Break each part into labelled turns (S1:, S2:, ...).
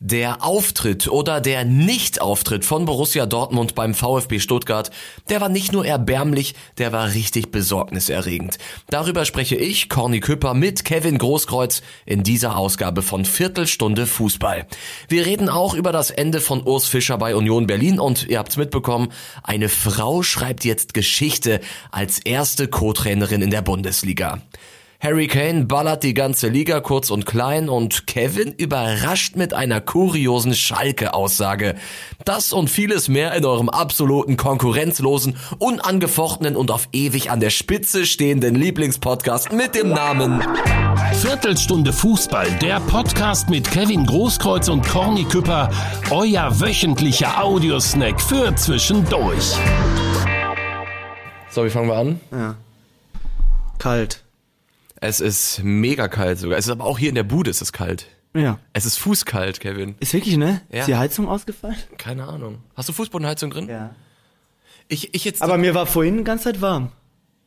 S1: Der Auftritt oder der Nichtauftritt von Borussia Dortmund beim VfB Stuttgart, der war nicht nur erbärmlich, der war richtig besorgniserregend. Darüber spreche ich, Corny Küpper, mit Kevin Großkreuz in dieser Ausgabe von Viertelstunde Fußball. Wir reden auch über das Ende von Urs Fischer bei Union Berlin und ihr habt's mitbekommen, eine Frau schreibt jetzt Geschichte als erste Co-Trainerin in der Bundesliga. Harry Kane ballert die ganze Liga kurz und klein und Kevin überrascht mit einer kuriosen Schalke-Aussage. Das und vieles mehr in eurem absoluten konkurrenzlosen, unangefochtenen und auf ewig an der Spitze stehenden Lieblingspodcast mit dem Namen
S2: Viertelstunde Fußball, der Podcast mit Kevin Großkreuz und Corny Küpper, euer wöchentlicher Audiosnack für zwischendurch.
S1: So, wie fangen wir an?
S3: Ja. Kalt.
S1: Es ist mega kalt sogar. Es ist aber auch hier in der Bude ist es kalt.
S3: Ja.
S1: Es ist fußkalt, Kevin.
S3: Ist wirklich, ne?
S1: Ja.
S3: Ist die Heizung ausgefallen?
S1: Keine Ahnung. Hast du Fußbodenheizung drin?
S3: Ja.
S1: Ich, ich jetzt.
S3: Aber mir war vorhin die ganze Zeit warm.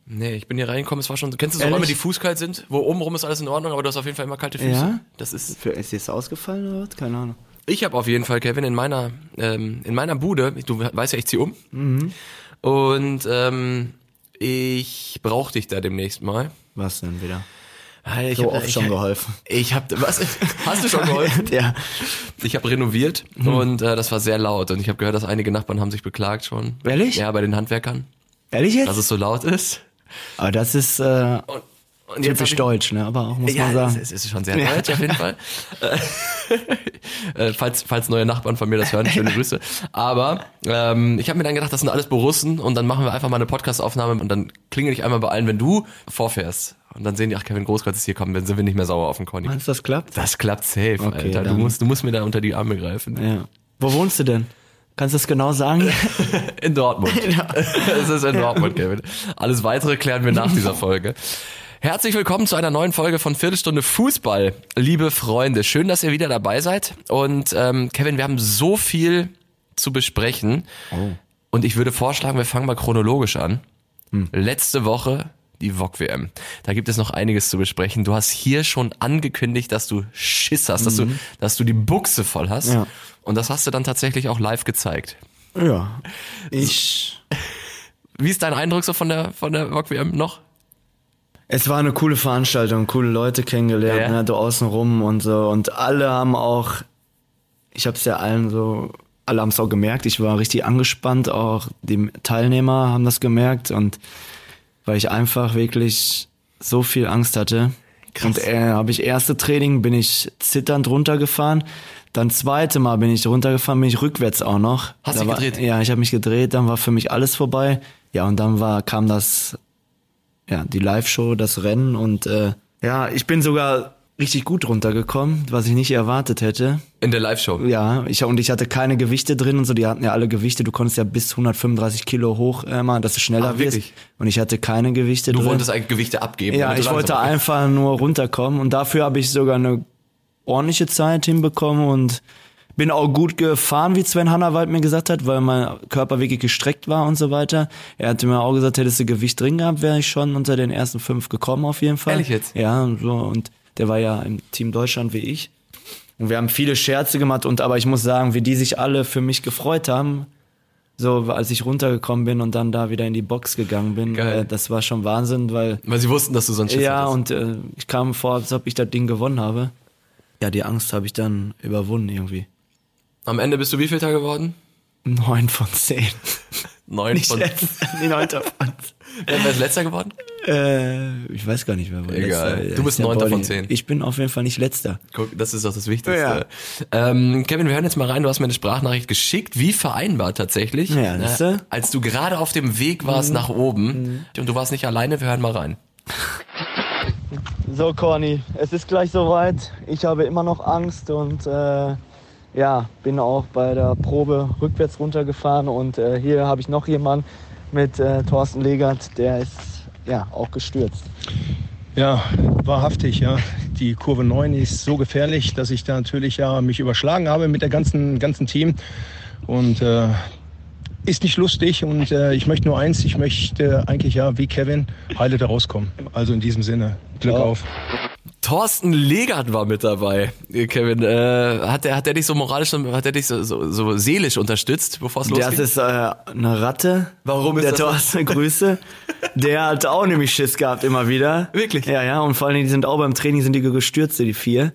S1: Nee, ich bin hier reingekommen, es war schon. Kennst du so
S3: Ehrlich?
S1: Räume, die fußkalt sind, wo oben rum ist alles in Ordnung, aber du hast auf jeden Fall immer kalte Füße.
S3: Ja?
S1: Das ist.
S3: Für, ist die jetzt ausgefallen oder was? Keine Ahnung.
S1: Ich habe auf jeden Fall, Kevin, in meiner, ähm, in meiner Bude, du weißt ja, ich zieh um. Und ähm, ich brauch dich da demnächst mal.
S3: Was denn wieder?
S1: Weil Ich
S3: So
S1: hab-
S3: oft
S1: ich,
S3: schon geholfen.
S1: Ich hab. Was? Hast du schon geholfen?
S3: ja.
S1: Ich habe renoviert und äh, das war sehr laut. Und ich habe gehört, dass einige Nachbarn haben sich beklagt schon.
S3: Ehrlich?
S1: Ja, bei den Handwerkern,
S3: Ehrlich jetzt?
S1: dass es so laut ist.
S3: aber das ist äh,
S1: Und, und jetzt hab
S3: typisch
S1: ich-
S3: deutsch, ne? Aber auch muss
S1: ja,
S3: man sagen.
S1: Es, es ist schon sehr deutsch auf jeden Fall. Äh, äh, falls, falls neue Nachbarn von mir das hören, schöne Grüße. Aber ähm, ich habe mir dann gedacht, das sind alles Borussen und dann machen wir einfach mal eine Podcast-Aufnahme und dann klingel ich einmal bei allen, wenn du vorfährst. Und dann sehen die, ach, Kevin Großkreuz ist hier kommen, dann sind wir nicht mehr sauer auf den Conny.
S3: Meinst du, das klappt?
S1: Das klappt safe,
S3: Okay,
S1: Alter. Du
S3: dann-
S1: musst, du musst mir da unter die Arme greifen.
S3: Ja. Wo wohnst du denn? Kannst du das genau sagen?
S1: In Dortmund. Es ist in Dortmund, Kevin. Alles weitere klären wir nach dieser Folge. Herzlich willkommen zu einer neuen Folge von Viertelstunde Fußball, liebe Freunde. Schön, dass ihr wieder dabei seid. Und ähm, Kevin, wir haben so viel zu besprechen. Und ich würde vorschlagen, wir fangen mal chronologisch an. Letzte Woche die VOG WM. Da gibt es noch einiges zu besprechen. Du hast hier schon angekündigt, dass du Schiss hast, dass du, dass du die Buchse voll hast.
S3: Ja.
S1: Und das hast du dann tatsächlich auch live gezeigt.
S3: ja. Ich.
S1: Wie ist dein Eindruck so von der von der Rock WM noch?
S3: Es war eine coole Veranstaltung, coole Leute kennengelernt,
S1: Ja.
S3: ne, da außen rum und so. Und alle haben auch, ich hab's ja allen so, alle haben's auch gemerkt. Ich war richtig angespannt, auch die Teilnehmer haben das gemerkt und weil ich einfach wirklich so viel Angst hatte. Und äh, habe ich erste Training, bin ich zitternd runtergefahren. Dann zweite Mal bin ich runtergefahren, bin ich rückwärts auch noch.
S1: Hast
S3: Da
S1: dich
S3: war,
S1: gedreht?
S3: Ja, ich habe mich gedreht, dann war für mich alles vorbei. Ja, und dann war kam das ja, die Live-Show, das Rennen und äh, ja, ich bin sogar richtig gut runtergekommen, was ich nicht erwartet hätte.
S1: In der Live-Show.
S3: Ja, ich, und ich hatte keine Gewichte drin und so, die hatten ja alle Gewichte, du konntest ja bis 135 Kilo hoch, äh, mal, dass du schneller
S1: Ah,
S3: wirst.
S1: wirklich?
S3: Und ich hatte keine Gewichte
S1: Du
S3: drin.
S1: wolltest eigentlich Gewichte abgeben.
S3: ja,
S1: damit du
S3: ich wollte
S1: langsamer wirst.
S3: einfach nur runterkommen und dafür habe ich sogar eine ordentliche Zeit hinbekommen und bin auch gut gefahren, wie Sven Hannawald mir gesagt hat, weil mein Körper wirklich gestreckt war und so weiter. Er hatte mir auch gesagt, hättest du Gewicht drin gehabt, wäre ich schon unter den ersten fünf gekommen auf jeden Fall.
S1: Ehrlich jetzt?
S3: Ja, und so und der war ja im Team Deutschland wie ich. Und wir haben viele Scherze gemacht und aber ich muss sagen, wie die sich alle für mich gefreut haben, so als ich runtergekommen bin und dann da wieder in die Box gegangen bin,
S1: Geil.
S3: äh, das war schon Wahnsinn, weil
S1: Weil sie wussten, dass du so ein Schiss
S3: ja,
S1: hattest.
S3: und äh, ich kam vor, als ob ich das Ding gewonnen habe. Ja, die Angst habe ich dann überwunden irgendwie.
S1: Am Ende bist du wie viel da geworden?
S3: Neun von zehn.
S1: Neun
S3: Nicht
S1: von.
S3: letzt- die neunte von
S1: Wer wer ist letzter geworden?
S3: äh, Ich weiß gar nicht, wer war
S1: Egal.
S3: letzter.
S1: Du bist
S3: Ja,
S1: neunter
S3: Pauli.
S1: von zehn.
S3: Ich bin auf jeden Fall nicht letzter.
S1: Guck, das ist doch das Wichtigste. Ähm, Kevin, wir hören jetzt mal rein. Du hast mir eine Sprachnachricht geschickt, wie vereinbart tatsächlich.
S3: Ja, siehst du?
S1: als du Mhm. gerade auf dem Weg warst nach oben und du warst nicht alleine, wir hören mal rein.
S3: So, Corny, es ist gleich soweit. Ich habe immer noch Angst und äh, ja, bin auch bei der Probe rückwärts runtergefahren. Und äh, hier habe ich noch jemanden mit äh, Thorsten Legert, der ist ja auch gestürzt.
S4: Ja, wahrhaftig, ja. Die Kurve 9 ist so gefährlich, dass ich da natürlich ja mich überschlagen habe mit der ganzen, ganzen Team. Und äh, ist nicht lustig und äh, ich möchte nur eins, ich möchte eigentlich ja wie Kevin heile da rauskommen. Also in diesem Sinne, Glück auf.
S1: Thorsten Legert war mit dabei, Kevin. Äh, hat der hat der dich so moralisch, hat der dich so, so, so seelisch unterstützt, bevor es losging?
S3: Das ist äh, eine Ratte.
S1: Warum ist
S3: Der
S1: das so?
S3: Thorsten, Grüße. Der hat auch nämlich Schiss gehabt, immer wieder.
S1: Wirklich?
S3: Ja, ja. Und vor allem, die sind auch beim Training, sind die gestürzt, die vier.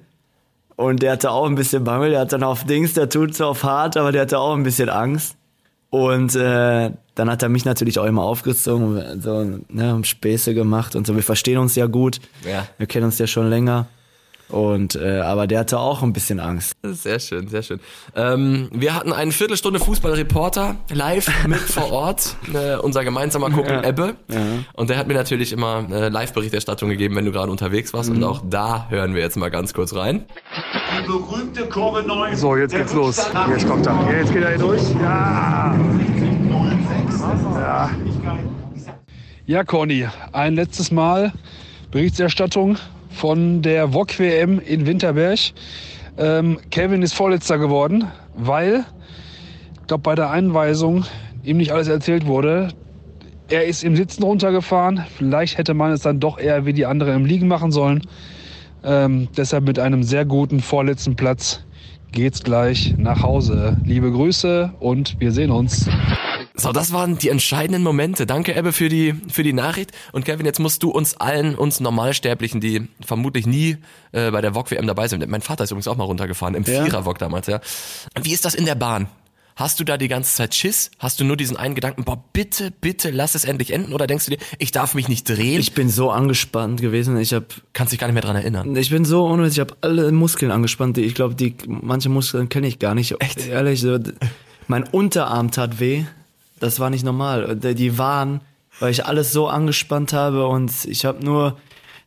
S3: Und der hatte auch ein bisschen Bammel. Der hat dann auf Dings, der tut so auf hart, aber der hatte auch ein bisschen Angst. Und äh, dann hat er mich natürlich auch immer aufgezogen, und so ne, und Späße gemacht und so. Wir verstehen uns ja gut.
S1: Ja.
S3: Wir kennen uns ja schon länger. Und äh, aber der hatte auch ein bisschen Angst.
S1: Sehr schön, sehr schön. Ähm, wir hatten eine Viertelstunde Fußballreporter live mit vor Ort, äh, unser gemeinsamer Kumpel Ebbe. Und der hat mir natürlich immer äh, Live-Berichterstattung gegeben, wenn du gerade unterwegs warst. Und auch da hören wir jetzt mal ganz kurz rein.
S5: Die berühmte Kurve 9.
S6: So, jetzt geht's los. Jetzt kommt er. Jetzt geht er hier durch. Ja.
S5: Ja.
S6: ja, Corny, ein letztes Mal Berichterstattung von der VOG WM in Winterberg. Ähm, Kevin ist Vorletzter geworden, weil, ich glaube, bei der Einweisung ihm nicht alles erzählt wurde. Er ist im Sitzen runtergefahren. Vielleicht hätte man es dann doch eher wie die anderen im Liegen machen sollen. Ähm, deshalb mit einem sehr guten vorletzten Platz geht's gleich nach Hause. Liebe Grüße und wir sehen uns.
S1: So, das waren die entscheidenden Momente. Danke, Ebbe, für die, für die Nachricht. Und Kevin, jetzt musst du uns allen, uns Normalsterblichen, die vermutlich nie äh, bei der VOG-WM dabei sind. Mein Vater ist übrigens auch mal runtergefahren, im
S3: Ja?
S1: Vierer-VOG damals, ja. Wie ist das in der Bahn? Hast du da die ganze Zeit Schiss? Hast du nur diesen einen Gedanken, boah, bitte, bitte, lass es endlich enden? Oder denkst du dir, ich darf mich nicht drehen? Ich
S3: Ich bin so angespannt gewesen. Ich habe
S1: kann dich gar nicht mehr dran erinnern.
S3: Ich bin so ohne, ich habe alle Muskeln angespannt. Die, ich glaube, die manche Muskeln kenne ich gar nicht.
S1: Echt?
S3: Ehrlich, so, d- mein Unterarm tat weh. Das war nicht normal. D- Die waren, weil ich alles so angespannt habe und ich habe nur,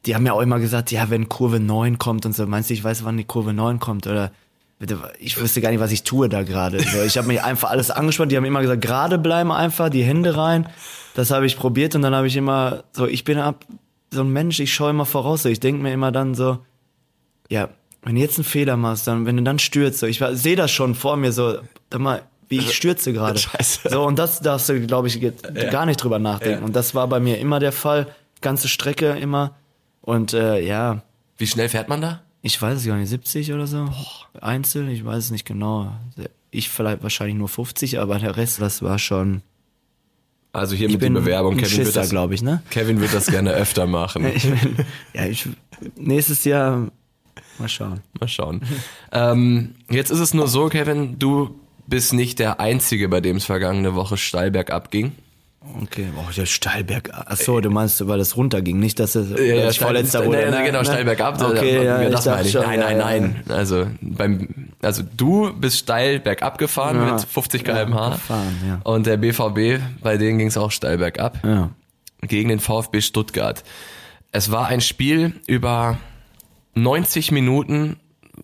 S3: die haben ja auch immer gesagt, ja, wenn Kurve 9 kommt und so, meinst du, ich weiß, wann die Kurve 9 kommt oder Bitte, ich wüsste gar nicht, was ich tue da gerade. So, ich habe mich einfach alles angespannt. Die haben immer gesagt, gerade bleiben einfach, die Hände rein. Das habe ich probiert und dann habe ich immer so, ich bin ab so ein Mensch, ich schaue immer voraus. So, ich denke mir immer dann so, ja, wenn du jetzt einen Fehler machst, dann, wenn du dann stürzt, so, ich sehe das schon vor mir so, sag mal, wie ich stürze gerade.
S1: Scheiße.
S3: So, und das darfst du, glaube ich, ge- gar nicht drüber nachdenken.
S1: Ja.
S3: Und das war bei mir immer der Fall, ganze Strecke immer. Und äh, ja,
S1: Wie schnell fährt man da?
S3: ich weiß es gar nicht, 70 oder so? Einzel, ich weiß es nicht genau. Ich vielleicht wahrscheinlich nur 50, aber der Rest, das war schon.
S1: Also hier
S3: Ich
S1: mit der
S3: bin
S1: Bewerbung,
S3: ein
S1: Kevin wird,
S3: Schisser,
S1: das,
S3: glaube ich, ne?
S1: Kevin wird das gerne öfter machen.
S3: Ich bin, ja, ich, nächstes Jahr mal schauen.
S1: Mal schauen. ähm, jetzt ist es nur so, Kevin, du bist nicht der Einzige, bei dem es vergangene Woche steil bergab ging.
S3: Okay, oh, der Steilberg. Achso, du meinst, weil es runterging, nicht, dass es dass ich
S1: Steil-
S3: vorletzter
S1: Steil-
S3: wurde.
S1: nee,
S3: ne?
S1: Genau,
S3: Ne?
S1: steil bergab.
S3: Okay, ja,
S1: das
S3: ich
S1: meine ich.
S3: dachte schon,
S1: nein, nein,
S3: ja, ja.
S1: nein. Also, beim, also du bist steil bergab gefahren
S3: Ja.
S1: mit 50
S3: Ja,
S1: km/h.
S3: gefahren, ja.
S1: Und der BVB, bei denen ging es auch steil bergab.
S3: Ja.
S1: Gegen den VfB Stuttgart. Es war ein Spiel über 90 Minuten,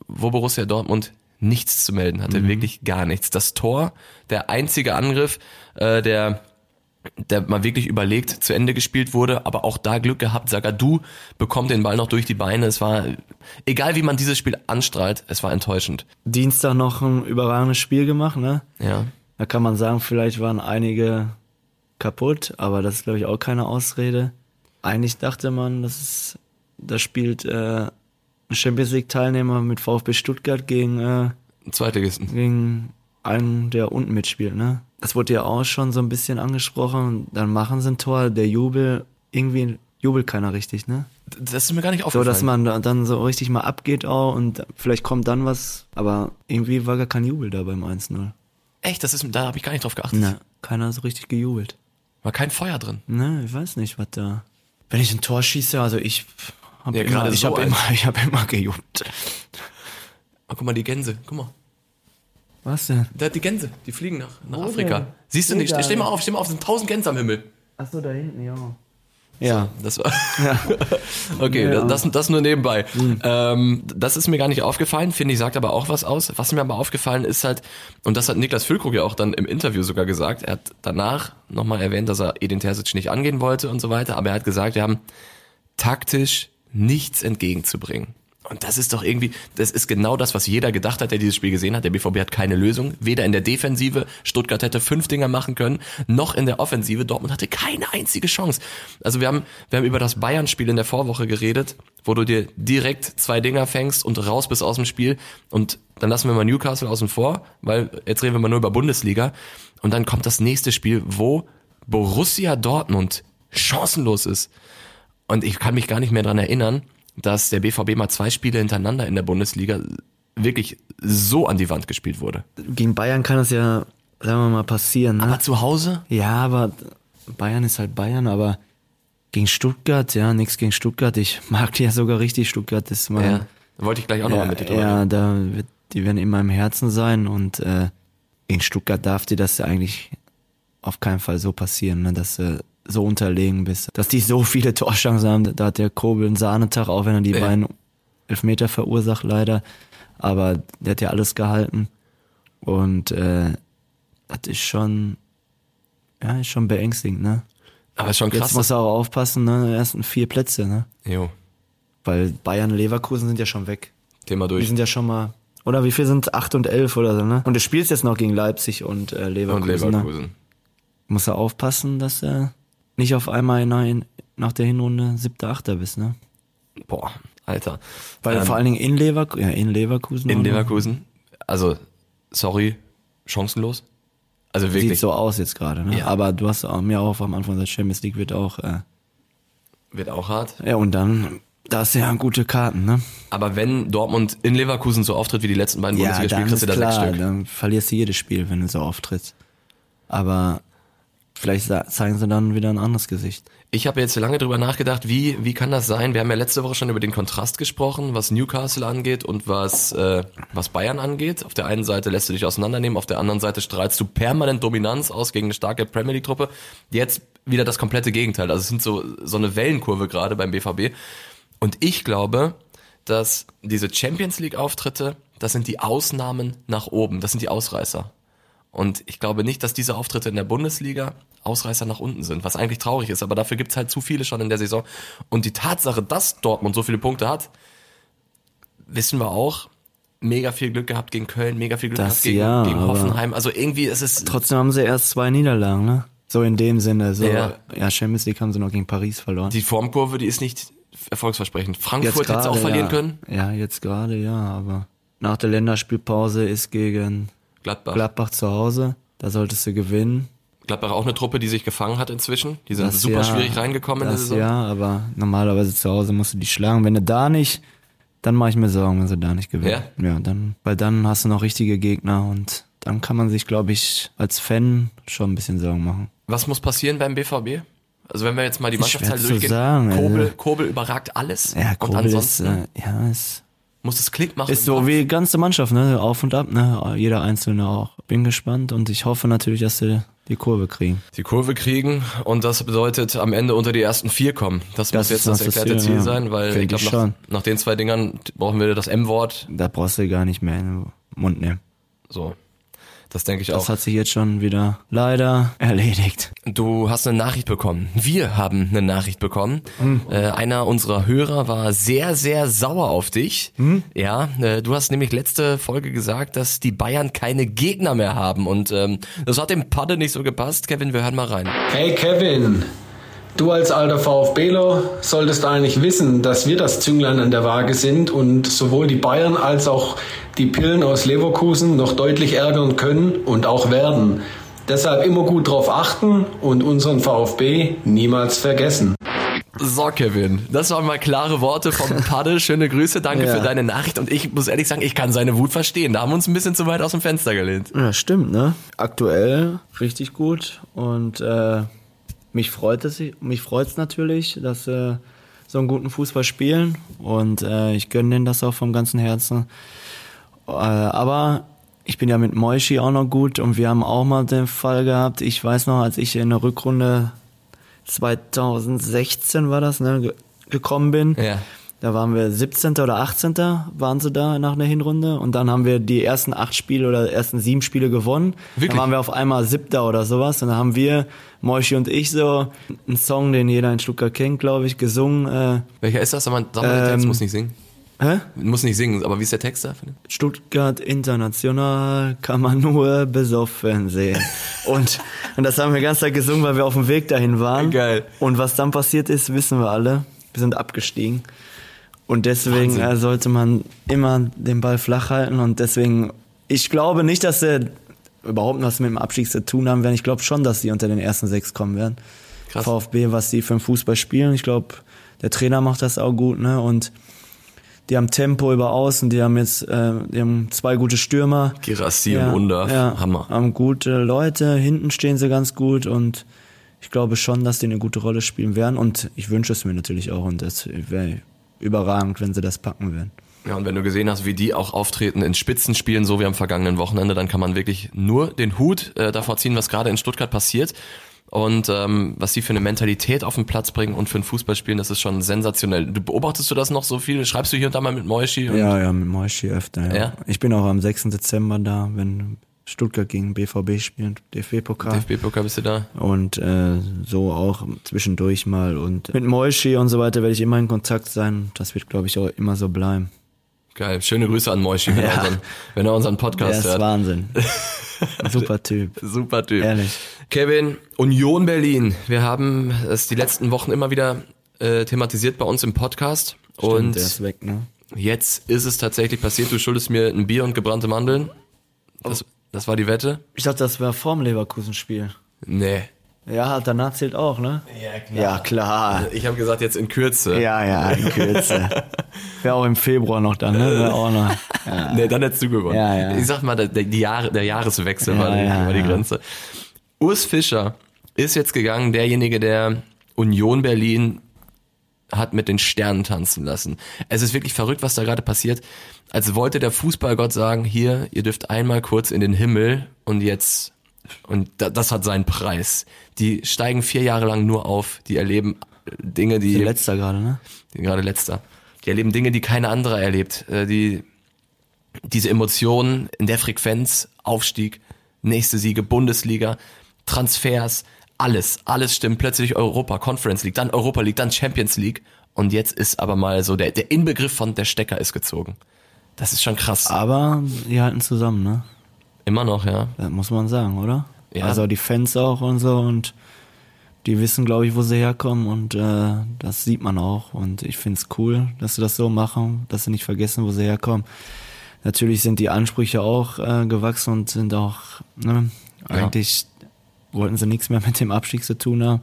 S1: wo Borussia Dortmund nichts zu melden hatte, wirklich gar nichts. Das Tor, der einzige Angriff, äh, der, der mal wirklich überlegt zu Ende gespielt wurde, aber auch da Glück gehabt. Sagadu bekommt den Ball noch durch die Beine. Es war, egal wie man dieses Spiel anstrahlt, es war enttäuschend.
S3: Dienstag noch ein überragendes Spiel gemacht, ne?
S1: Ja.
S3: Da kann man sagen, vielleicht waren einige kaputt, aber das ist, glaube ich, auch keine Ausrede. Eigentlich dachte man, das, ist, das spielt äh, ein Champions League-Teilnehmer mit VfB Stuttgart gegen, äh,
S1: Zweitligisten.
S3: gegen einen, der unten mitspielt. Ne? Das wurde ja auch schon so ein bisschen angesprochen. Dann machen sie ein Tor, der Jubel, irgendwie jubelt keiner richtig, ne?
S1: Das ist mir gar nicht
S3: So,
S1: aufgefallen.
S3: dass man da, dann so richtig mal abgeht auch und vielleicht kommt dann was, aber irgendwie war gar kein Jubel da beim 1-0.
S1: Echt, das ist, da habe ich gar nicht drauf geachtet.
S3: Na, keiner so richtig gejubelt.
S1: War kein Feuer drin.
S3: Ne, ich weiß nicht, was da. Wenn ich ein Tor schieße, also ich habe
S1: Ja,
S3: immer,
S1: gerade
S3: ich
S1: so
S3: hab
S1: eins.
S3: immer, ich hab immer gejubelt.
S1: Oh, guck mal, die Gänse. Guck mal.
S3: Was denn?
S1: Da, die Gänse, die fliegen nach, nach Afrika. Siehst du nicht? Steh mal auf, steh mal auf, sind tausend Gänse am Himmel.
S3: Achso, da hinten, ja. Ja,
S1: Das war. okay, das, das nur nebenbei. Ähm, das ist mir gar nicht aufgefallen, finde ich, sagt aber auch was aus. Was mir aber aufgefallen ist halt, und das hat Niklas Füllkrug ja auch dann im Interview sogar gesagt, er hat danach nochmal erwähnt, dass er Edin Terzic nicht angehen wollte und so weiter, aber er hat gesagt, wir haben taktisch nichts entgegenzubringen. Und Und das ist doch irgendwie, das ist genau das, was jeder gedacht hat, der dieses Spiel gesehen hat. Der BVB hat keine Lösung. Weder in der Defensive, Stuttgart hätte fünf Dinger machen können, noch in der Offensive. Dortmund hatte keine einzige Chance. Also wir haben, wir haben über das Bayern-Spiel in der Vorwoche geredet, wo du dir direkt zwei Dinger fängst und raus bist aus dem Spiel. Und dann lassen wir mal Newcastle außen vor, weil jetzt reden wir mal nur über Bundesliga. Und dann kommt das nächste Spiel, wo Borussia Dortmund chancenlos ist. Und ich kann mich gar nicht mehr dran erinnern, dass der BVB mal zwei Spiele hintereinander in der Bundesliga wirklich so an die Wand gespielt wurde.
S3: Gegen Bayern kann das ja, sagen wir mal, passieren. Ne?
S1: Aber zu Hause?
S3: ja, aber Bayern ist halt Bayern, aber gegen Stuttgart, ja, nichts gegen Stuttgart. Ich mag die ja sogar richtig. Stuttgart ist mein,
S1: Ja. Wollte ich gleich auch nochmal mit dir drüber
S3: ja, da wird, die werden in meinem Herzen sein und äh, in Stuttgart darf dir das ja eigentlich auf keinen Fall so passieren, ne, dass du so unterlegen bist, dass die so viele Torchancen haben. Da hat der Kobel einen Sahnetag, auch wenn er die
S1: Ja.
S3: beiden Elfmeter verursacht leider, aber der hat ja alles gehalten und äh, das ist schon, ja, ist schon beängstigend, ne?
S1: Aber ist schon krass.
S3: Jetzt muss er auch aufpassen, ne, die ersten vier Plätze, ne?
S1: jo,
S3: Weil Bayern und Leverkusen sind ja schon weg.
S1: Thema
S3: Die
S1: durch.
S3: sind ja schon mal. Oder wie viel sind 8 und 11 oder so, ne? Und du spielst jetzt noch gegen Leipzig und äh,
S1: Und
S3: Leverkusen. Ne?
S1: Leverkusen.
S3: Muss er aufpassen, dass er nicht auf einmal in, in, nach der Hinrunde siebter, achter bist, ne?
S1: Boah, Alter.
S3: Weil
S1: Ähm,
S3: vor allen Dingen in Leverkusen. Ja, in Leverkusen.
S1: in
S3: oder?
S1: Leverkusen, also, sorry, chancenlos. Also
S3: Sieht
S1: wirklich,
S3: so aus jetzt gerade, ne?
S1: Ja.
S3: Aber du hast auch, mir auch am Anfang gesagt, Champions League wird auch. Äh,
S1: wird auch hart.
S3: ja, und dann, da hast du ja gute Karten, ne?
S1: Aber wenn Dortmund in Leverkusen so auftritt wie die letzten beiden Bundesligaspiele, kriegst du da sechs Stück.
S3: dann verlierst du jedes Spiel, wenn du so auftrittst. Aber vielleicht sa- zeigen sie dann wieder ein anderes Gesicht.
S1: Ich habe jetzt lange drüber nachgedacht, wie, wie kann das sein? Wir haben ja letzte Woche schon über den Kontrast gesprochen, was Newcastle angeht und was, äh, was Bayern angeht. Auf der einen Seite lässt du dich auseinandernehmen, auf der anderen Seite strahlst du permanent Dominanz aus gegen eine starke Premier League-Truppe. Jetzt wieder das komplette Gegenteil. Also es sind so, so eine Wellenkurve gerade beim BVB. Und ich glaube, dass diese Champions League-Auftritte, das sind die Ausnahmen nach oben, das sind die Ausreißer. Und ich glaube nicht, dass diese Auftritte in der Bundesliga Ausreißer nach unten sind, was eigentlich traurig ist, aber dafür gibt's halt zu viele schon in der Saison. Und die Tatsache, dass Dortmund so viele Punkte hat, wissen wir auch. Mega viel Glück gehabt gegen Köln, mega viel Glück
S3: Das
S1: gehabt gegen,
S3: ja,
S1: gegen
S3: aber-
S1: Hoffenheim. Also irgendwie ist es.
S3: Trotzdem haben sie erst zwei Niederlagen, ne? So in dem Sinne. So,
S1: Ja.
S3: ja. Champions League haben sie noch gegen Paris verloren.
S1: die Formkurve, die ist nicht erfolgsversprechend. Frankfurt hätte auch
S3: gerade,
S1: verlieren
S3: ja.
S1: können.
S3: Ja, jetzt gerade, ja, aber nach der Länderspielpause ist gegen
S1: Gladbach.
S3: Gladbach zu Hause. Da solltest du gewinnen.
S1: Gladbach auch eine Truppe, die sich gefangen hat inzwischen. Die sind super
S3: Jahr-
S1: schwierig reingekommen in der
S3: das
S1: Saison.
S3: Ja, aber normalerweise zu Hause musst du die schlagen. Wenn du da nicht, dann mache ich mir Sorgen, wenn sie da nicht gewinnen. Ja, dann, weil dann hast du noch richtige Gegner und dann kann man sich, glaube ich, als Fan schon ein bisschen Sorgen machen.
S1: Was muss passieren beim BVB? Also wenn wir jetzt mal die
S3: Ist
S1: Mannschaftsteile
S3: schwer zu
S1: durchgehen,
S3: sagen,
S1: Kobel,
S3: also.
S1: Kobel überragt alles.
S3: Ja,
S1: und
S3: Kobel ist,
S1: ansonsten
S3: äh, ja, ist
S1: muss es Klick machen.
S3: Ist so wie die ganze Mannschaft, ne? Auf und ab, ne? Jeder Einzelne auch. Bin gespannt und ich hoffe natürlich, dass sie die Kurve kriegen.
S1: die Kurve kriegen und das bedeutet am Ende unter die ersten vier kommen. Das, muss
S3: Das
S1: jetzt
S3: ist
S1: das
S3: das
S1: erklärte
S3: Ziel,
S1: Ziel
S3: ja.
S1: sein, weil
S3: Denke
S1: ich
S3: ich
S1: glaube,
S3: schon.
S1: nach, nach den zwei Dingern brauchen wir das M-Wort.
S3: Da brauchst du gar nicht mehr in den Mund nehmen.
S1: So. Das denke ich
S3: Das
S1: auch.
S3: hat sich jetzt schon wieder leider erledigt.
S1: Du hast eine Nachricht bekommen. Wir haben eine Nachricht bekommen. Äh, einer unserer Hörer war sehr, sehr sauer auf dich. Ja, äh, du hast nämlich letzte Folge gesagt, dass die Bayern keine Gegner mehr haben. Und ähm, das hat dem Padde nicht so gepasst. Kevin, wir hören mal rein.
S7: Hey Kevin, du als alter VfBler solltest eigentlich wissen, dass wir das Zünglein an der Waage sind und sowohl die Bayern als auch die Pillen aus Leverkusen noch deutlich ärgern können und auch werden. Deshalb immer gut drauf achten und unseren VfB niemals vergessen.
S1: So, Kevin, das waren mal klare Worte vom Padde. Schöne Grüße, danke
S3: Ja.
S1: für deine Nachricht. Und ich muss ehrlich sagen, ich kann seine Wut verstehen. Da haben wir uns ein bisschen zu weit aus dem Fenster gelehnt.
S3: Ja, stimmt, ne? Aktuell richtig gut und äh, mich freut es mich freut's natürlich, dass sie so einen guten Fußball spielen und äh, ich gönne denen das auch vom ganzen Herzen. Äh, aber ich bin ja mit Moishi auch noch gut und wir haben auch mal den Fall gehabt. Ich weiß noch, als ich in der Rückrunde 2016 war das, ne, ge- gekommen bin.
S1: Ja.
S3: Da waren wir 17. oder 18. waren sie da nach einer Hinrunde und dann haben wir die ersten acht Spiele oder ersten sieben Spiele gewonnen.
S1: Wirklich?
S3: Dann waren wir auf einmal siebter oder sowas und dann haben wir, Moishi und ich, so einen Song, den jeder in Stuttgart kennt, glaube ich, gesungen. Äh,
S1: Welcher ist das? Sag mal, sag mal den Text,
S3: Ähm,
S1: muss nicht singen.
S3: Hä?
S1: Muss nicht singen, aber wie ist der Text da?
S3: Stuttgart International kann man nur besoffen sehen. Und, und das haben wir die ganze Zeit gesungen, weil wir auf dem Weg dahin waren.
S1: Geil.
S3: Und was dann passiert ist, wissen wir alle. Wir sind abgestiegen. Und deswegen äh, sollte man immer den Ball flach halten. Und deswegen, ich glaube nicht, dass sie überhaupt was mit dem Abstieg zu tun haben werden. Ich glaube schon, dass sie unter den ersten sechs kommen werden.
S1: Krass.
S3: VfB, was die für den Fußball spielen. Ich glaube, der Trainer macht das auch gut. Ne? Und die haben Tempo über außen, die haben jetzt äh, die haben zwei gute Stürmer.
S1: Girassi und Undaf. Hammer.
S3: Haben gute Leute, hinten stehen sie ganz gut und ich glaube schon, dass die eine gute Rolle spielen werden und ich wünsche es mir natürlich auch und es wäre überragend, wenn sie das packen werden.
S1: Ja, und wenn du gesehen hast, wie die auch auftreten in Spitzenspielen, so wie am vergangenen Wochenende, dann kann man wirklich nur den Hut äh, davor ziehen, was gerade in Stuttgart passiert. Und ähm, was die für eine Mentalität auf den Platz bringen und für ein Fußballspielen, das ist schon sensationell. Du beobachtest du das noch so viel? Schreibst du hier und da mal mit Moishi? Und
S3: Ja, ja, mit Moishi öfter. Ja.
S1: Ja?
S3: Ich bin auch am 6. Dezember da, wenn Stuttgart gegen BVB spielt, DFB-Pokal.
S1: DFB-Pokal bist du da?
S3: und äh, so auch zwischendurch mal. Und mit Moishi und so weiter werde ich immer in Kontakt sein. Das wird, glaube ich, auch immer so bleiben.
S1: Geil. Schöne Grüße an Moishi, wenn, er, unseren, wenn er unseren
S3: Der
S1: Podcast
S3: ist
S1: hört.
S3: Wahnsinn. Super Typ.
S1: Super Typ.
S3: Ehrlich.
S1: Kevin, Union Berlin. Wir haben es die letzten Wochen immer wieder äh, thematisiert bei uns im Podcast.
S3: Und
S1: und
S3: der ist weg, ne?
S1: jetzt ist es tatsächlich passiert. Du schuldest mir ein Bier und gebrannte Mandeln. Das, das war die Wette?
S3: Ich dachte, das wäre vorm Leverkusen-Spiel.
S1: Nee.
S3: Ja, danach zählt auch, ne? Ja, klar. Ja, klar.
S1: Ich habe gesagt, jetzt in Kürze.
S3: Ja, ja, in Kürze. Wäre auch im Februar noch dann, ne? Wäre auch noch.
S1: Nee, dann hättest du gewonnen.
S3: Ja, ja.
S1: Ich sag mal, der, der, die Jahre, der Jahreswechsel
S3: Ja,
S1: war, die,
S3: ja,
S1: war die
S3: ja.
S1: Grenze. Urs Fischer ist jetzt gegangen, derjenige, der Union Berlin hat mit den Sternen tanzen lassen. Es ist wirklich verrückt, was da gerade passiert. Als wollte der Fußballgott sagen, hier, ihr dürft einmal kurz in den Himmel und jetzt, und da, das hat seinen Preis. Die steigen vier Jahre lang nur auf, die erleben Dinge, die...
S3: Der letzter gerade, ne?
S1: gerade letzter. Die erleben Dinge, die keine andere erlebt. Äh, Die, diese Emotionen in der Frequenz, Aufstieg, nächste Siege, Bundesliga, Transfers, alles, alles stimmt. Plötzlich Europa, Conference League, dann Europa League, dann Champions League. Und jetzt ist aber mal so, der, der Inbegriff von der Stecker ist gezogen. Das ist schon krass.
S3: Aber die halten zusammen, ne?
S1: Immer noch, ja.
S3: Das muss man sagen, oder?
S1: Ja.
S3: Also die Fans auch und so und die wissen, glaube ich, wo sie herkommen und äh, das sieht man auch. Und ich finde es cool, dass sie das so machen, dass sie nicht vergessen, wo sie herkommen. Natürlich sind die Ansprüche auch äh, gewachsen und sind auch, ne, eigentlich wollten sie nichts mehr mit dem Abstieg zu tun haben.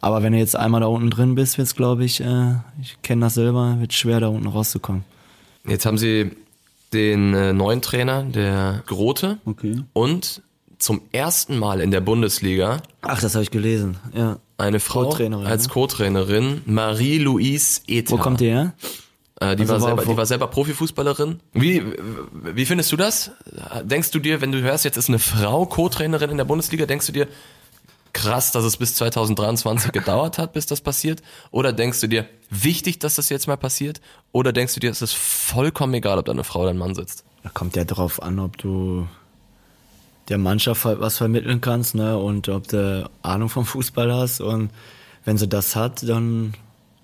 S3: Aber wenn du jetzt einmal da unten drin bist, wird's, glaube ich, äh, ich kenne das selber, wird schwer, da unten rauszukommen.
S1: Jetzt haben sie den äh, neuen Trainer, der Grote.
S3: Okay.
S1: Und zum ersten Mal in der Bundesliga
S3: Ach, das habe ich gelesen. Ja.
S1: Eine Frau
S3: Co-Trainerin,
S1: als
S3: ne?
S1: Co-Trainerin, Marie-Louise Ether.
S3: Wo kommt die her?
S1: Äh, die,
S3: Also
S1: war
S3: war
S1: selber,
S3: vor-
S1: die war selber Profifußballerin. Wie, wie findest du das? Denkst du dir, wenn du hörst, jetzt ist eine Frau Co-Trainerin in der Bundesliga, denkst du dir, krass, dass es bis 2023 gedauert hat, bis das passiert? Oder denkst du dir, wichtig, dass das jetzt mal passiert? Oder denkst du dir, es ist vollkommen egal, ob da eine Frau oder ein Mann sitzt?
S3: Da kommt ja drauf an, ob du der Mannschaft halt was vermitteln kannst, ne? Und ob du Ahnung vom Fußball hast. Und wenn sie das hat, dann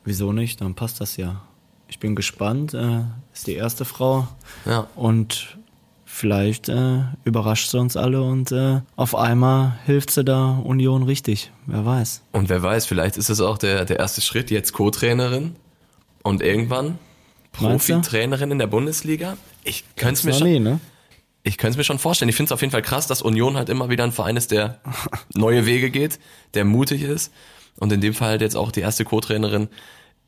S3: wieso nicht? Dann passt das ja. Ich bin gespannt. Äh, ist die erste Frau.
S1: Ja.
S3: Und vielleicht äh, überrascht sie uns alle und äh, auf einmal hilft sie da Union richtig. Wer weiß.
S1: Und wer weiß, vielleicht ist es auch der, der erste Schritt, jetzt Co-Trainerin und irgendwann
S3: Meinst du?
S1: Profi-Trainerin in der Bundesliga. Ich könnte es mir, schon-
S3: Nee, ne?
S1: ich könnte es mir schon vorstellen. Ich finde es auf jeden Fall krass, dass Union halt immer wieder ein Verein ist, der neue Wege geht, der mutig ist und in dem Fall halt jetzt auch die erste Co-Trainerin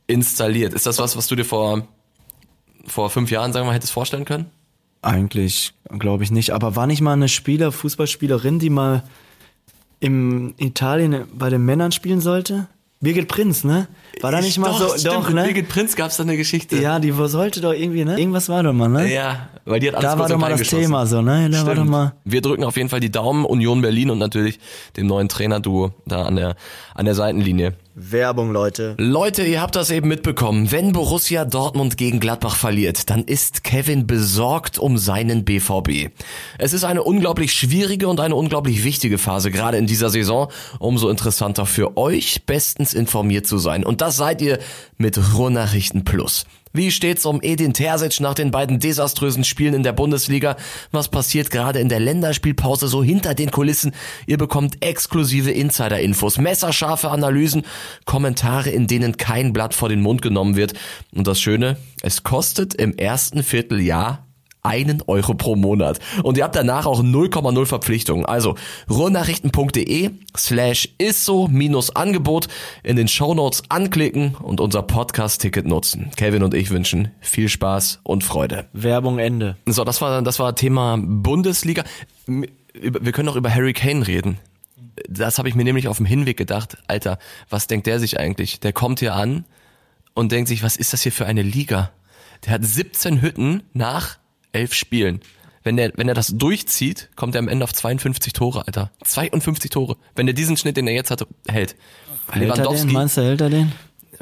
S1: installiert. Ist das was, was du dir vor, vor fünf Jahren, sagen wir mal, hättest vorstellen können?
S3: Eigentlich glaube ich nicht. Aber war nicht mal eine Spieler, Fußballspielerin, die mal im Italien bei den Männern spielen sollte? Birgit Prinz, ne? War da nicht mal
S1: doch,
S3: so?
S1: stimmt,
S3: doch,
S1: mit
S3: ne?
S1: Birgit Prinz gab es da eine Geschichte.
S3: ja, die sollte doch irgendwie, ne? Irgendwas war doch mal, ne?
S1: Ja, weil die hat alles
S3: da war
S1: kurz
S3: doch
S1: und
S3: mal
S1: klein
S3: das
S1: geschossen.
S3: Thema so, ne? Da war doch
S1: Stimmt.
S3: mal.
S1: Wir drücken auf jeden Fall die Daumen Union Berlin und natürlich dem neuen Trainerduo da an der, an der Seitenlinie.
S3: Werbung, Leute.
S1: Leute, ihr habt das eben mitbekommen. Wenn Borussia Dortmund gegen Gladbach verliert, dann ist Kevin besorgt um seinen BVB. Es ist eine unglaublich schwierige und eine unglaublich wichtige Phase, gerade in dieser Saison. Umso interessanter für euch, bestens informiert zu sein. Und das seid ihr mit Ruhrnachrichten Plus. Wie steht's um Edin Terzic nach den beiden desaströsen Spielen in der Bundesliga? Was passiert gerade in der Länderspielpause so hinter den Kulissen? Ihr bekommt exklusive Insider-Infos, messerscharfe Analysen, Kommentare, in denen kein Blatt vor den Mund genommen wird. Und das Schöne, es kostet im ersten Vierteljahr einen Euro pro Monat. Und ihr habt danach auch 0,0 Verpflichtungen. Also ruhrnachrichten.de slash isso minus Angebot in den Shownotes anklicken und unser Podcast-Ticket nutzen. Kevin und ich wünschen viel Spaß und Freude.
S3: Werbung Ende.
S1: So, das war, das war Thema Bundesliga. M- über- Wir können auch über Harry Kane reden. Das habe ich mir nämlich auf dem Hinweg gedacht. Alter, was denkt der sich eigentlich? Der kommt hier an und denkt sich, was ist das hier für eine Liga? Der hat 17 Hütten nach 11 Spielen. Wenn er wenn er das durchzieht, kommt er am Ende auf 52 Tore, Alter. 52 Tore. Wenn er diesen Schnitt, den er jetzt hat, hält.
S3: Hält er den? Meinst du, hält er den? Wie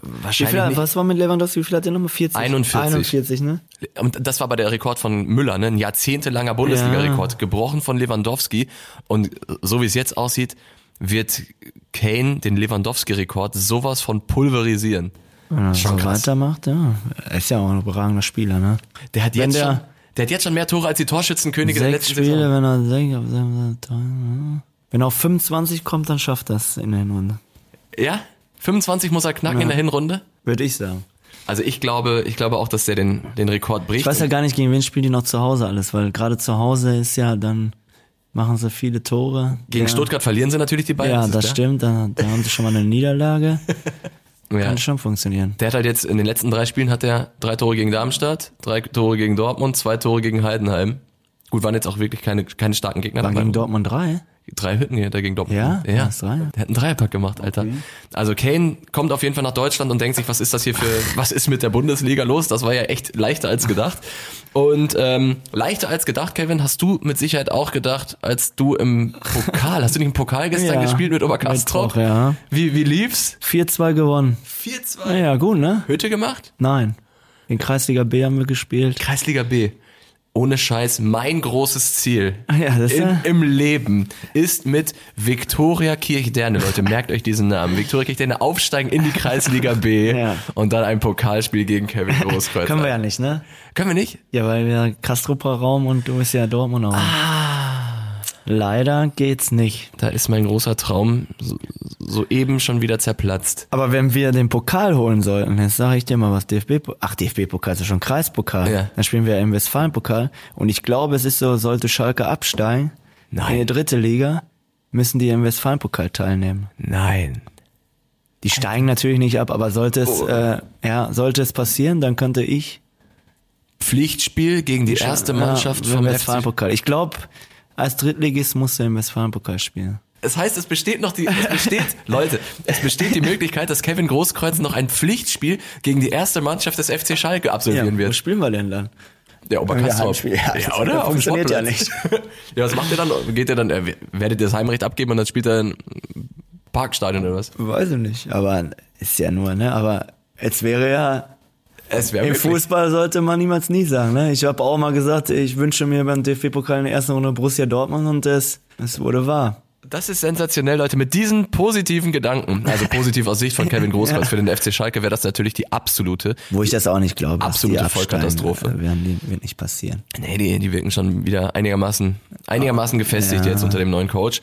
S3: viel,
S1: wahrscheinlich nicht.
S3: was war mit Lewandowski? Wie viel hat der nochmal? 40?
S1: 41.
S3: 41, ne?
S1: Und das war aber der Rekord von Müller, ne? ein jahrzehntelanger Bundesliga-Rekord, gebrochen von Lewandowski. Und so wie es jetzt aussieht, wird Kane den Lewandowski-Rekord sowas von pulverisieren.
S3: Schon
S1: Schon
S3: so
S1: krass.
S3: weitermacht, ja. Er ist ja auch ein überragender Spieler, ne?
S1: Der hat,
S3: Wenn
S1: jetzt
S3: der-
S1: schon, der hat jetzt schon mehr Tore als die Torschützenkönige der
S3: Sechs
S1: letzten
S3: Spiele,
S1: Saison.
S3: wenn er sechs, auf sechs, drei, ne? wenn er auf 25 kommt, dann schafft das in der Hinrunde.
S1: Ja? 25 muss er knacken in der Hinrunde.
S3: Würde ich sagen.
S1: Also ich glaube, ich glaube auch, dass der den, den Rekord bricht.
S3: Ich weiß ja gar nicht, gegen wen spielen die noch zu Hause alles, weil gerade zu Hause ist ja, dann machen sie viele Tore.
S1: Gegen
S3: ja.
S1: Stuttgart verlieren sie natürlich die beiden.
S3: Ja,
S1: ist
S3: das
S1: klar.
S3: stimmt, da, da haben sie schon mal eine Niederlage.
S1: Ja.
S3: Kann schon funktionieren.
S1: Der hat halt jetzt in den letzten drei Spielen hat er drei Tore gegen Darmstadt, drei Tore gegen Dortmund, zwei Tore gegen Heidenheim. Gut, waren jetzt auch wirklich keine, keine starken Gegner.
S3: War
S1: dabei.
S3: gegen Dortmund 3?
S1: Drei Hütten hier, der gegen Dortmund.
S3: Ja?
S1: ja.
S3: Waren es drei?
S1: Der hat einen Dreierpack gemacht, Alter. Also Kane kommt auf jeden Fall nach Deutschland und denkt sich, was ist das hier für, was ist mit der Bundesliga los? Das war ja echt leichter als gedacht. Und ähm, leichter als gedacht, Kevin, hast du mit Sicherheit auch gedacht, als du im Pokal, hast du nicht im Pokal gestern
S3: Ja.
S1: gespielt mit Oberkastrop?
S3: Mittwoch, ja.
S1: Wie, wie lief's?
S3: 4-2 gewonnen.
S1: 4-2.
S3: Naja, gut, ne?
S1: Hütte gemacht?
S3: Nein. In Kreisliga B haben wir gespielt.
S1: Kreisliga B. Ohne Scheiß, mein großes Ziel
S3: Ah Ja, das ist
S1: in,
S3: ja-
S1: im Leben ist mit Viktoria Kirchderne, Leute, merkt euch diesen Namen. Viktoria Kirchderne aufsteigen in die Kreisliga B
S3: Ja.
S1: und dann ein Pokalspiel gegen Kevin Großkreuz.
S3: Können wir ja nicht, ne?
S1: Können wir nicht?
S3: Ja, weil wir Kastrupper Raum und du bist ja Dortmund Raum.
S1: Ah.
S3: Leider geht's nicht.
S1: Da ist mein großer Traum so- soeben schon wieder zerplatzt.
S3: Aber wenn wir den Pokal holen sollten, jetzt sage ich dir mal was, DFB, -Pokal- ach DFB-Pokal ist ja schon Kreispokal,
S1: Ja.
S3: dann spielen wir im Westfalen-Pokal und ich glaube, es ist so, sollte Schalke absteigen in die dritte Liga, müssen die im Westfalen-Pokal teilnehmen.
S1: Nein.
S3: Die steigen natürlich nicht ab, aber sollte es,
S1: Oh.
S3: äh, ja, sollte es passieren, dann könnte ich
S1: Pflichtspiel gegen die erste Mannschaft
S3: ja,
S1: vom
S3: äh, im
S1: FC.
S3: Westfalen-Pokal. Ich glaube, als Drittligist musst du im Westfalen-Pokal spielen.
S1: Es heißt, es besteht noch die, es besteht, Leute, es besteht die Möglichkeit, dass Kevin Großkreuz noch ein Pflichtspiel gegen die erste Mannschaft des FC Schalke absolvieren
S3: wo
S1: wird.
S3: spielen wir denn dann?
S1: Der Oberkastrop.
S3: Heimspiel, ja.
S1: ja, oder?
S3: Das
S1: Auf dem
S3: funktioniert ja
S1: Sportplatz. ja, was macht ihr dann? Geht ihr dann, äh, werdet ihr das Heimrecht abgeben und dann spielt er im Parkstadion oder was?
S3: Weiß ich nicht, aber ist ja nur, ne? Aber es wäre ja
S1: Es wäre
S3: Im
S1: wirklich-
S3: Fußball sollte man niemals nie sagen. Ne? Ich habe auch mal gesagt, ich wünsche mir beim DFB-Pokal in der ersten Runde Borussia Dortmund und es, es wurde wahr.
S1: Das ist sensationell, Leute. Mit diesen positiven Gedanken, also positiv aus Sicht von Kevin Großkreuz für den FC Schalke, wäre das natürlich die absolute.
S3: Wo ich das auch nicht glaube. dass die
S1: Absolute
S3: absteigen,
S1: Vollkatastrophe.
S3: äh, Werden, die- wird nicht passieren.
S1: Nee, die, die wirken schon wieder einigermaßen, einigermaßen gefestigt
S3: Ja.
S1: jetzt unter dem neuen Coach.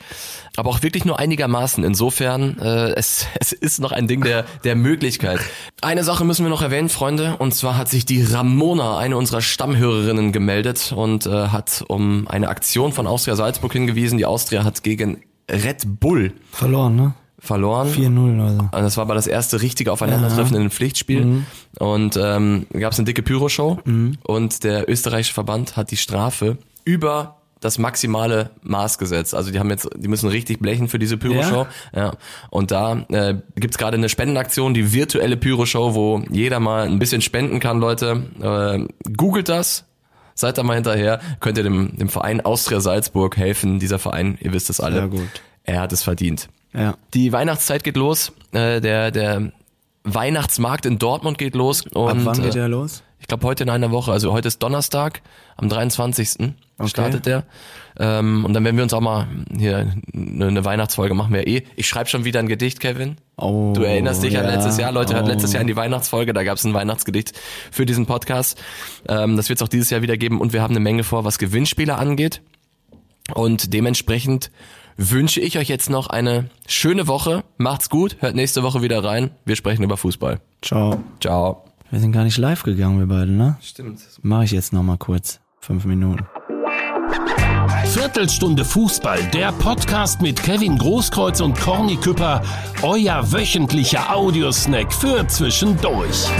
S1: Aber auch wirklich nur einigermaßen. Insofern, äh, es, es ist noch ein Ding der, der Möglichkeit. Eine Sache müssen wir noch erwähnen, Freunde. Und zwar hat sich die Ramona, eine unserer Stammhörerinnen, gemeldet und äh, hat um eine Aktion von Austria Salzburg hingewiesen. Die Austria hat gegen Red Bull
S3: Verloren, ne?
S1: verloren.
S3: 4-0 oder so.
S1: Also das war aber das erste richtige Aufeinandertreffen in einem Pflichtspiel.
S3: Mhm.
S1: Und ähm, gab es eine dicke Pyroshow. Und der österreichische Verband hat die Strafe über das maximale Maß gesetzt. Also die haben jetzt, die müssen richtig blechen für diese Pyroshow. Ja. Und da äh, gibt's gerade eine Spendenaktion, die virtuelle Pyroshow, wo jeder mal ein bisschen spenden kann, Leute. Äh, googelt das. Seid da mal hinterher, könnt ihr dem, dem Verein Austria Salzburg helfen. Dieser Verein, ihr wisst es alle.
S3: Sehr gut.
S1: Er hat es verdient.
S3: Ja.
S1: Die Weihnachtszeit geht los. Äh, der, der Weihnachtsmarkt in Dortmund geht los. Und,
S3: Ab wann geht
S1: äh,
S3: der los?
S1: Ich glaube heute in einer Woche. Also heute ist Donnerstag, am 23. startet der. Ähm, und dann werden wir uns auch mal hier eine ne Weihnachtsfolge machen wir eh. Ich schreibe schon wieder ein Gedicht, Kevin.
S3: Oh,
S1: Du erinnerst dich an
S3: ja.
S1: letztes Jahr. Leute, hört
S3: Oh.
S1: letztes Jahr in die Weihnachtsfolge, da gab es ein Weihnachtsgedicht für diesen Podcast. Ähm, das wird es auch dieses Jahr wieder geben und wir haben eine Menge vor, was Gewinnspiele angeht. Und dementsprechend wünsche ich euch jetzt noch eine schöne Woche. Macht's gut, hört nächste Woche wieder rein. Wir sprechen über Fußball.
S3: Ciao.
S1: Ciao.
S3: Wir sind gar nicht live gegangen, wir beide, ne?
S1: Stimmt.
S3: Mache ich jetzt nochmal kurz. Fünf Minuten.
S2: Viertelstunde Fußball, der Podcast mit Kevin Großkreuz und Corny Küpper, euer wöchentlicher Audiosnack für zwischendurch.